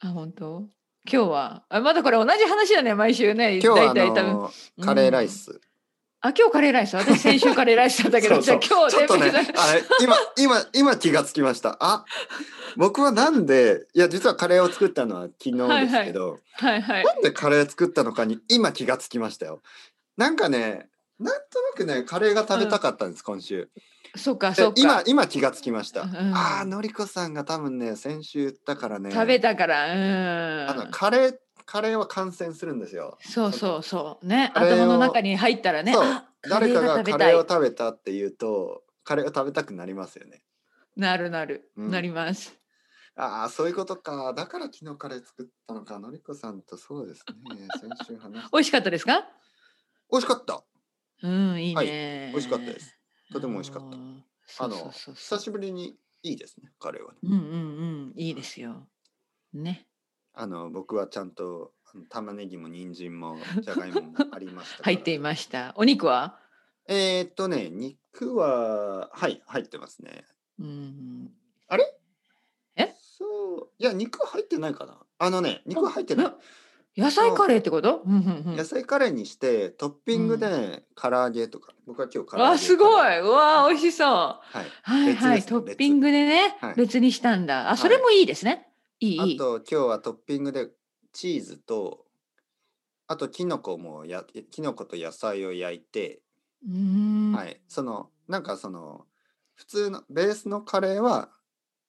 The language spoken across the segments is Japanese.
あ、本当今日は、あ、まだこれ同じ話だね、毎週ね。今日は大あ体多分のカレーライス。あ、今日カレーライス。私、先週カレーライスだったけど、そうそうじゃあ今日ちょっとね、全部あれ、今、今、今気がつきました。あ、僕はなんで、いや、実はカレーを作ったのは昨日ですけど、 はいはい。なんでカレー作ったのかに今気がつきましたよ。なんかね、なんとなくね、カレーが食べたかったんです、今週。そうか、でそうか。今、今気がつきました。うんああ、のりこさんが多分ね、先週言ったからね、食べたから、あうのん。カレー、カレーは感染するんですよ。そうそうそう。ね、カレーを頭の中に入ったらね。そうあ誰かがカカレレーーをが食べたい食べたっていうと、カレーを食べたくなりますよね。なるなる、うんなります。ああ、そういうことか。だから昨日カレー作ったのか。のりこさんとそうですね。先週話し美味しかったですか 美味しかった。うん、いいね、はい美味しかったです。とても美味しかったたあの、久しぶりにいいですね。カレーはね。うんうんうん、いいですよ。ね。あの、僕はちゃんとあの玉ねぎも人参もじゃがいももありましたから。 入っていました。お肉はえーっとね、肉は、はい、入ってますね。うん。そう。いや、肉は入ってないかな。あのね、肉は入ってない。え野菜カレーってことうんうんう野ん。菜カレーにして、トッピングで、ね唐揚げとか、僕は今日唐揚げ。わあ、すごい。うわあ、美味しそう。はい。はいはい。別ですトッピングでね、はい別にしたんだ。あ、それもいいですね。いい、いあい。と今日はトッピングでチーズとあとキノコもやキノコと野菜を焼いて、うーん。はいそのなんかその普通のベースのカレーは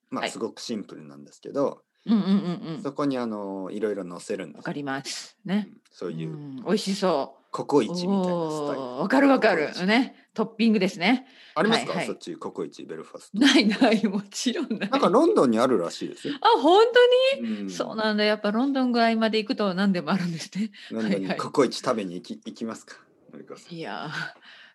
まはあいすごくシンプルなんですけど、うんうんうんうんそ。こにあのいろいろ乗せるんですわよかります。ねう。んそういううん美味しそう。ココイおチみたいなスタイルーわかるわかるココイチねトッピングですねありますか、はいはいそっちココイチベルファストないないもちろんないなんかロンドンにあるらしいですよ、あ本当うんにそうなんだやっぱロンドンぐらいまで行くと何でもあるんですねロンドンはいはにいココイチ食べに行き行きますかのりこさんいやー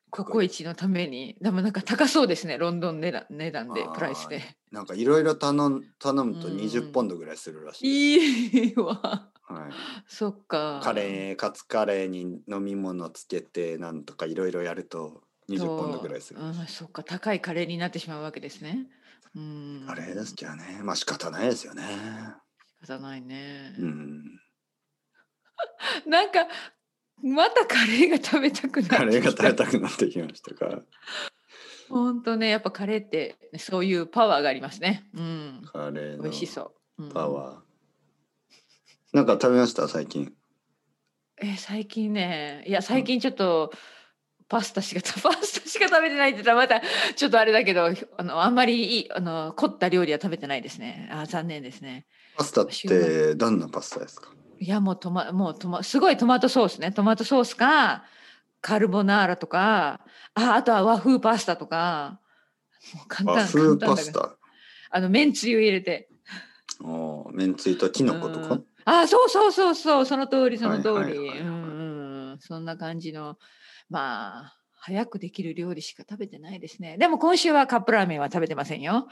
ココイチのためにでもなんか高そうですねロンドン値段値段であープライスでなんかいろいろ頼ん頼むとうん20ポンドぐらいするらしいでいす。いわ はい、そっかカレーカツカレーに飲み物つけてなんとかいろいろやると20ポンドぐらいすると。うん、そっか高いカレーになってしまうわけですねうんカレーですけどねまあ仕方ないですよね。仕方ないね、うん、なんかまたカレーが食べたくなってきたカレーが食べたくなってきましたか。 本当ね、やっぱカレーってねそういうパワーがありますね。うん、カレー美味しのそう。うんパワー。なんか食べました最近。え最近ね、いや最近ちょっとパスタしかパスタしか食べ てないって言ったらまたちょっとあれだけど、あのあんまりいいあの凝った料理は食べてないですね。あー残念ですね。パスタってどんなパスタですかいやもうトマもうトマすごいトマトソースね、トマトソースかカルボナーラとか、ああとは和風パスタとか、もう簡単和風簡単パだスからタ。あのめんつゆ入れて。おーめんつゆときのことうかん。あそうそうそうそうその通りその通り、はいはいはいはいうんうんうんそんな感じのまあ早くできる料理しか食べてないですねでも今週はカップラーメンは食べてませんよ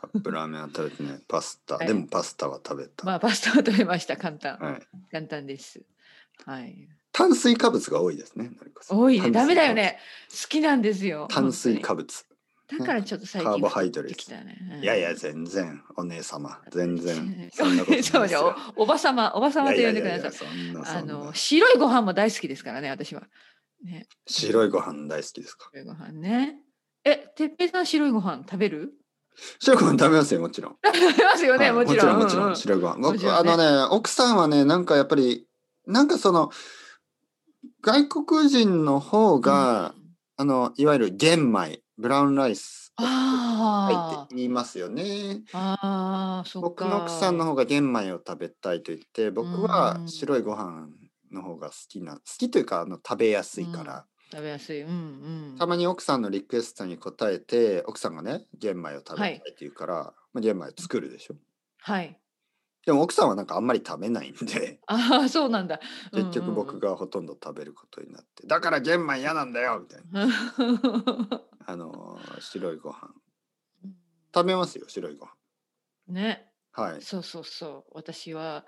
カップラーメンは食べてない。パスタ。はいでもパスタは食べた。まあパスタは食べました簡単はい。簡単ですはい炭水化物が多いですね。のりこさん多いねダメだよ。炭水化ね好きなんですよ物炭水化本物。当にだからちょっと最近カーボハイドレート太ってきたね、うんいやいや、全然、お姉様。全然。そ そんなことないそうですじゃよ。おおばさまおばさまとい呼やんいでくやだいさや、いそんな、あそんなの。白いご飯も大好きですからね私はね白いご飯大好きですか。白いご飯ね。え、てっぺいさん白いご飯食べる？白いご飯食べますよ、もちろん。食べますよ ね、はもいちろん。もちろ、うんんもちろん白いご飯。もちろ僕、んねあのね、奥さんはね、なんかやっぱり、なんかその、外国人の方が、あの、いわゆる玄米、ブラウンライス。入あって言いますよね。あ、ああ、そっ僕か。の奥さんの方が玄米を食べたいと言って僕はうん白いご飯の方が好きな好きというかあの食べやすいから、食べやすい。うんうん。たまに奥さんのリクエストに応えて奥さんがね玄米を食べたはいいって言うから、まあ、玄米を作るでしょはい。でも奥さんはなんかあんまり食べないんでああ、そうなんだ。結局僕がほとんど食べることになって、だから玄米嫌なんだよみたいなうんうんうあのー白いご飯ん。食べますよ白いご飯 ね、はいそうそうそう。私は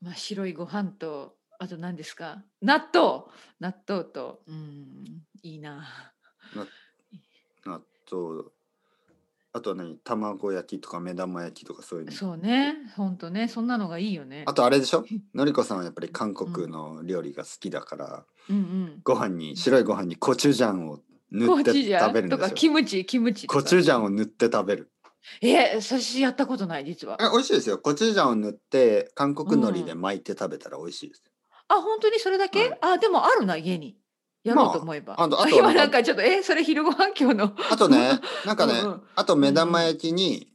まあ白いご飯とあと何ですか？納豆、納豆と、うん、いいな。納豆あとは何卵焼きとか目玉焼きとかそういうのそうね本当ねそんなのがいいよねあとあれでしょのりこさんはやっぱり韓国の料理が好きだから、うんうんご飯に白いご飯にコチュジャンを塗っコチュジャてン食べるんとかですキよムチキムチとかコチュジャンを塗って食べるえ私やったことない実はえ美味しいですよコチュジャンを塗って韓国海苔で巻いて食べたら美味しいです、あ本当にそれだけ、はいあでもあるな家にやろうと思えば、まああとあと今なんかちょっとえそれ昼ご飯今日のあと ねなんかね、うんうんあと目玉焼きに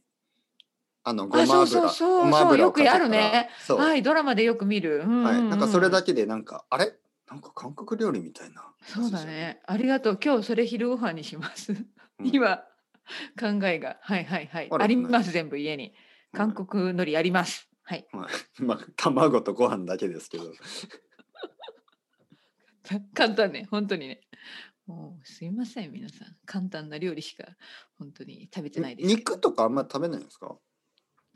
あのごあまそう油そうそうごま油そうよをかけくたやらるねそうはいドラマでよく見る、うんうんはい、なんかそれだけけでなんかあれなんか韓国料理みたいなそうだねありがとう今日それ昼ご飯にします、うん今考えがはいはいはいああるります全部家に韓国のりやりますはいうんまあ卵とご飯だけですけど簡単ね本当にねもうすいません皆さん簡単な料理しか本当に食べてないですけど肉とかあんま食べないんですか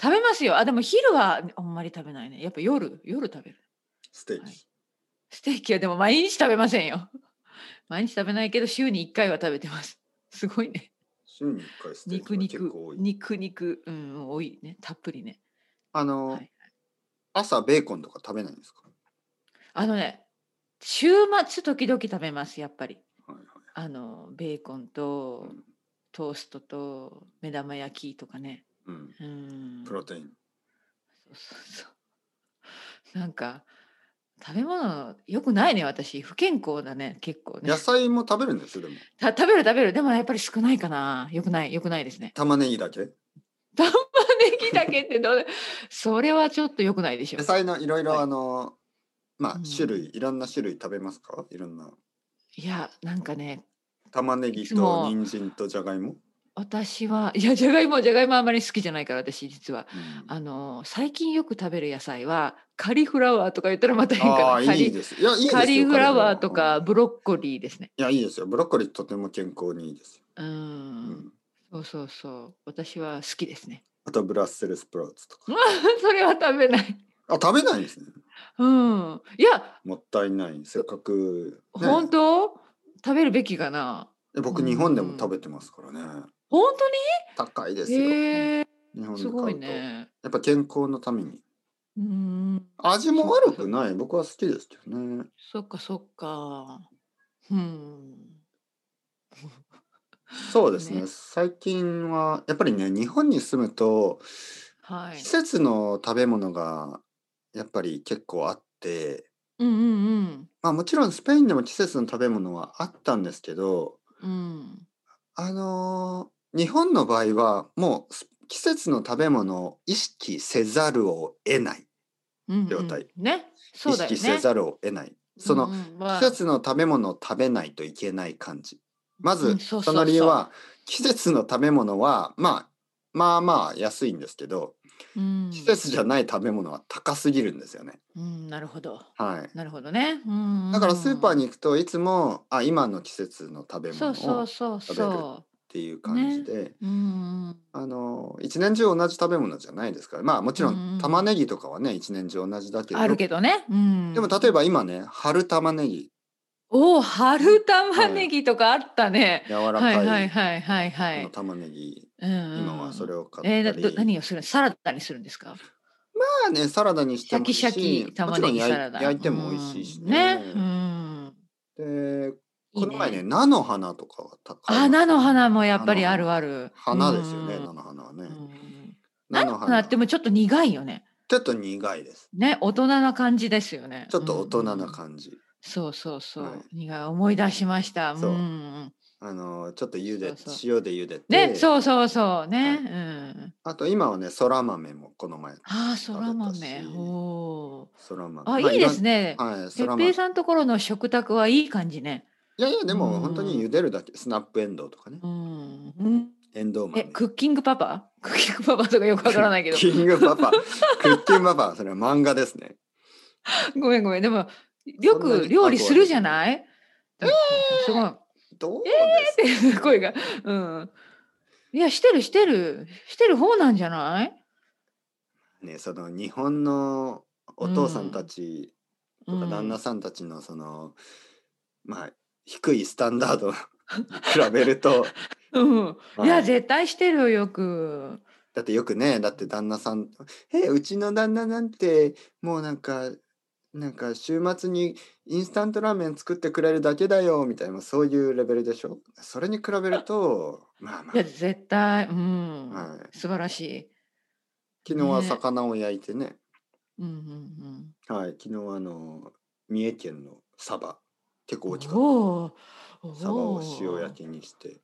食べますよあでも昼はあんまり食べないねやっぱ夜夜食べるステーキ、はいステーキはでも毎日食べませんよ 毎日食べないけど週に1回は食べてますすごいね週に1回ステーキ肉肉が結構多い肉肉うん多いねたっぷりねあの、はい朝ベーコンとか食べないんですか、あのね週末時々食べますやっぱりはいはいあのベーコンとうんトーストと目玉焼きとかねうん、うんプロテイン、そうそうそうなんか食べ物よくないね私不健康だね結構ね野菜も食べるんですよでもた食べる食べるでもやっぱり少ないかなよくないよくないですね玉ねぎだけネギだけってどうそれはちょっとよくないでしょ野菜のいろいはろいあの、まあうん種類いろんな種類食べますかいろんないやなんかね玉ねぎいつとも人参とじゃがいも、私はいやじゃがいもじゃがいもあまり好きじゃないから私実はうんあの最近よく食べる野菜はカリフラワーとか言ったらまた変あかあなカいリいですいやいいですよカリフラワーとかカリフラワーブロッコリーですねうんいやいいですよブロッコリーとても健康にいいですよ、ううんん、そうそうそう私は好きですねあとブラッセルスプラウツとか それは食べないあ食べないんですねうんいやもったいないせっかく、ね、本当食べるべきかな僕日本でも食べてますからね、本高いで当すによ、へえ日本です買うとごいねやっぱ健康のためにうん味も悪くない僕は好きですけどねそっかそっかうんそうですねね最近はやっぱりね日本に住むとはい季節の食べ物がやっぱり結構あってうんうんまあもちろんスペインでも季節の食べ物はあったんですけどうんうんあのー日本の場合はもうす季節の食べ物を意識せざるを得ない、うん了解うんねそ意うだよ識ねせざるを得ないその、うんうんまあ季節の食べ物を食べないといけない感じまうずんそうそそうの理由は季節の食べ物はまあまあまあ安いんですけどうん季節じゃない食べ物は高すぎるんですよね。うんなるほどはい、なるほどねうんうんだからスーパーに行くといつもあ今の季節の食べそ物うそをうそうっ食べるそていう感じで、ううんうんあの一年中同じ食べ物じゃないですからまあもちろうんうんん玉ねぎとかはね一年中同じだけどあるけどねうんでも例えば今ね春玉ねぎおお春玉ねぎとかあったね。柔らはいかはいいはいはいはあのい。玉ねぎ、今今はそれを。を買えーっだたり、ど何をするサラダにするんですか。まあねサラダにしてもいいしシャキシャキも玉ちろねんぎサ焼いラダ。焼いても美味しいしうんね。うん。でいいこの前ね菜の花とかは高いあ菜の花もやっぱりあるあある。花ですよねうん菜の花はうねん菜菜のの花花ってもうちょっと苦いよね。ちょっと苦いですね大人な感じですよね。ちょっと大人うんなうん感じそうそうそはいう苦い思い出しました。そうんん。あのちょっと茹でそう塩で茹でてねそうそうそうはいね。うん。あと今はねそら豆もこの前ああそら食べた豆し。おーそら豆あ、いいですね。ねはいそ哲ら豆平いさんところの食卓はいい感じね。やいやでもうん本当に茹でるだけスナップエンドウとかねうん。うんエンドウ豆え、クッキングパパクッキングパパとかよくわから ないけど。キングパパクッキンパパそれは漫画ですねごめんごめん。でも、よそんなくに料理するじゃないすごい。どうですかって 声が。うん。いや、してるしてる。してる方なんじゃないねその日本のお父さんたちとうかん旦那さんたち のその、まあ低いスタンダード比べるとうん。 いはや、い絶対してるよ、よく。だってよくねだって旦那さん「えうちの旦那なんてもうなんかなんか週末にインスタントラーメン作ってくれるだけだよ」みたいなそういうレベルでしょそれに比べるとまあまいや、絶対、うん。あ、はい、素晴らしい。昨日はね魚を焼いてねうんうんはい昨日はあの三重県のサバ結う構ん。大きかっおおー。たサバを塩焼き。きにして